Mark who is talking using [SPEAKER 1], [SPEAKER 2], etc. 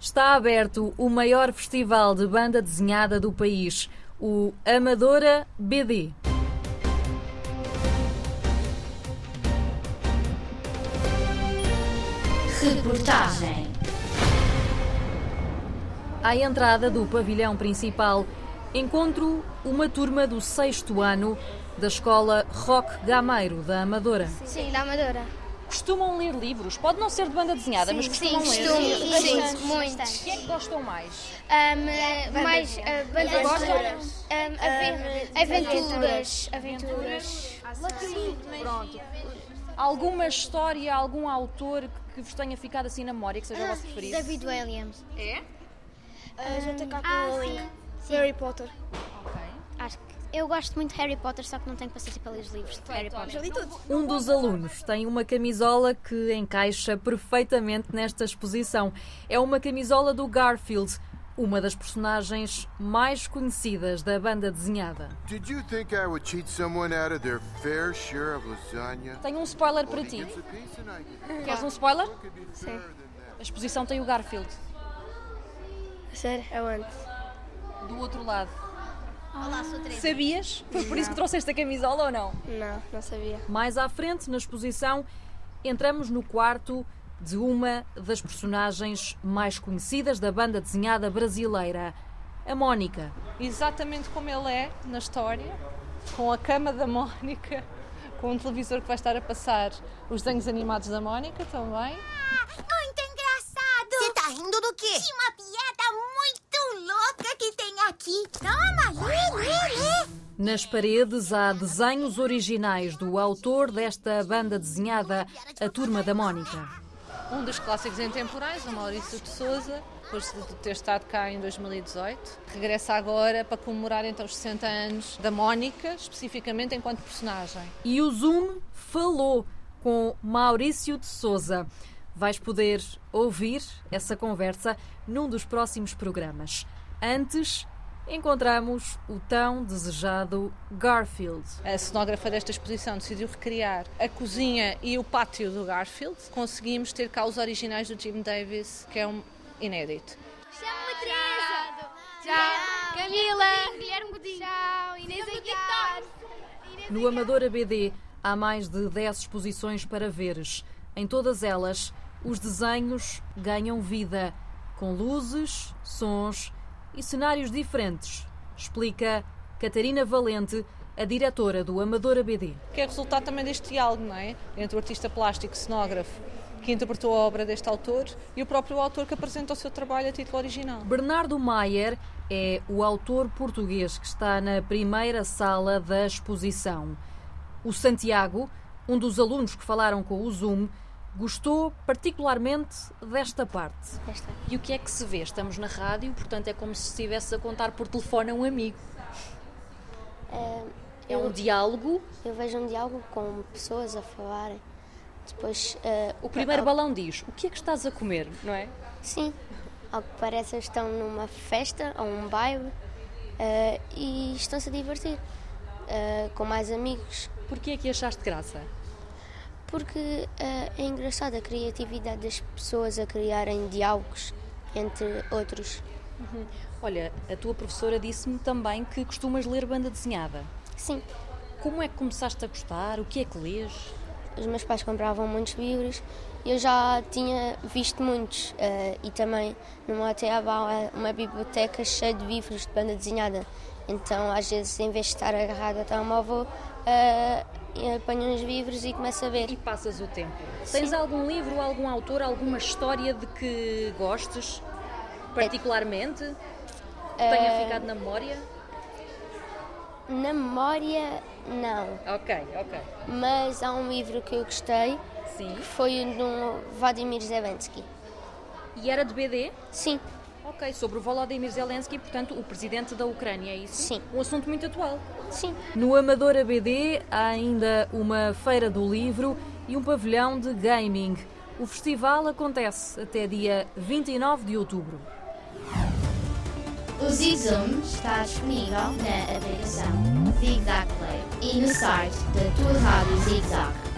[SPEAKER 1] Está aberto o maior festival de banda desenhada do país, o Amadora BD.
[SPEAKER 2] Reportagem.
[SPEAKER 1] À entrada do pavilhão principal, encontro uma turma do sexto ano da escola Rock Gameiro da Amadora.
[SPEAKER 3] Sim, da Amadora.
[SPEAKER 1] Costumam ler livros, pode não ser de banda desenhada, mas costumam ler.
[SPEAKER 3] Costumo,
[SPEAKER 1] Bastante.
[SPEAKER 3] sim, muitos.
[SPEAKER 1] Quem é que gostam mais?
[SPEAKER 3] Um, mais uh, bandas aventuras. aventuras. Aventuras.
[SPEAKER 1] Pronto. Alguma história, algum autor que- que vos tenha ficado assim na memória, que seja
[SPEAKER 4] é
[SPEAKER 1] o vosso preferido?
[SPEAKER 3] David Williams.
[SPEAKER 4] Ah,
[SPEAKER 3] Hum, ah,
[SPEAKER 4] Harry Potter.
[SPEAKER 3] Acho que. Eu gosto muito de Harry Potter, só que não tenho paciência para ler os livros de Harry Potter.
[SPEAKER 1] Um dos alunos tem uma camisola que encaixa perfeitamente nesta exposição. É uma camisola do Garfield, uma das personagens mais conhecidas da banda desenhada.
[SPEAKER 5] Did you think I would cheat someone out of their fair share of lasagna?
[SPEAKER 1] Tenho um spoiler
[SPEAKER 5] Well,
[SPEAKER 1] para
[SPEAKER 5] he
[SPEAKER 1] ti.
[SPEAKER 5] gets a piece and I get it.
[SPEAKER 1] Queres um spoiler?
[SPEAKER 5] What could be fairer than that?
[SPEAKER 1] A exposição tem o Garfield
[SPEAKER 4] Sério? Aonde?
[SPEAKER 1] do outro lado.
[SPEAKER 3] Olá, sou Teresa.
[SPEAKER 1] Sabias? Foi por isso que trouxeste a camisola ou não?
[SPEAKER 4] Não, não sabia.
[SPEAKER 1] Mais à frente, na exposição, entramos no quarto de uma das personagens mais conhecidas da banda desenhada brasileira, a Mónica.
[SPEAKER 6] exatamente como ele é na história, com a cama da Mónica, com um televisor que vai estar a passar os desenhos animados da Mónica também.
[SPEAKER 7] Muito engraçado! Você tá rindo do quê? De uma piada muito louca que tem aqui. Toma, lê, lê, lê.
[SPEAKER 1] Nas paredes há desenhos originais do autor desta banda desenhada, a Turma da Mónica.
[SPEAKER 6] Um dos clássicos intemporais, o Maurício de Souza, depois de ter estado cá em 2018. Regressa agora para comemorar então os 60 anos da Mónica, especificamente enquanto personagem.
[SPEAKER 1] E o Zoom falou com Maurício de Souza. Vais poder ouvir essa conversa num dos próximos programas. Antes, encontramos o tão desejado Garfield.
[SPEAKER 6] A cenógrafa desta exposição decidiu recriar a cozinha e o pátio do Garfield. Conseguimos ter cá os originais do Jim Davis, que é um inédito.
[SPEAKER 2] Chamo-me Teresa. Tchau. Camila. Guilherme Godinho. Tchau. Inês Aguiar.
[SPEAKER 1] No Amadora BD há mais de 10 exposições para veres. Em todas elas, os desenhos ganham vida, com luzes, sons e cenários diferentes, explica Catarina Valente, a diretora do Amadora BD.
[SPEAKER 6] que é resultado também deste diálogo, não é? Entre o artista plástico, cenógrafo, que interpretou a obra deste autor, e o próprio autor que apresenta o seu trabalho a título original.
[SPEAKER 1] Bernardo Maier é o autor português que está na primeira sala da exposição. O Santiago, um dos alunos que falaram com o Zoom, gostou particularmente desta parte. E o que é que se vê? Estamos na rádio, portanto é como se estivesse a contar por telefone a um amigo. É um diálogo.
[SPEAKER 4] Eu vejo um diálogo com pessoas a falarem. Depois. eh,
[SPEAKER 1] O primeiro
[SPEAKER 4] ao-
[SPEAKER 1] balão diz: O que é que estás a comer? Não é?
[SPEAKER 4] Sim. Ao que parece, eles estão numa festa ou um baile eh, e estão-se a divertir eh, com mais amigos.
[SPEAKER 1] Porquê é que achaste graça?
[SPEAKER 4] Porque eh, é engraçado a criatividade das pessoas a criarem diálogos entre outros.
[SPEAKER 1] Olha, a tua professora disse-me também que costumas ler banda desenhada.
[SPEAKER 4] Sim.
[SPEAKER 1] Como é que começaste a gostar? O que é que lês?
[SPEAKER 4] Os meus pais compravam muitos livros e eu já tinha visto muitos. eh, e também numa Mateaba há uma biblioteca cheia de livros de banda desenhada. Então, às vezes, em vez de estar agarrado ao telemóvel, eh, eu apanho uns livros e começo a
[SPEAKER 1] E
[SPEAKER 4] ver.
[SPEAKER 1] passas o tempo. Tens algum livro, algum autor, alguma história de que gostes É. particularmente? Que tenha ficado na memória?
[SPEAKER 4] Na memória, não.
[SPEAKER 1] Ok, ok.
[SPEAKER 4] Mas há um livro que eu gostei,
[SPEAKER 1] Sim.
[SPEAKER 4] que foi o do Vladimir Zelensky.
[SPEAKER 1] E era de BD?
[SPEAKER 4] Sim,
[SPEAKER 1] Ok, sobre o Volodymyr Zelensky, portanto, o presidente da Ucrânia, é isso?
[SPEAKER 4] Sim.
[SPEAKER 1] Um assunto muito atual.
[SPEAKER 4] sim.
[SPEAKER 1] No Amadora BD há ainda uma feira do livro e um pavilhão de gaming. O festival acontece até dia 29 de outubro.
[SPEAKER 2] O Zigzoom está disponível na aplicação Zigzag Play e no site da tua rádio Zigzag.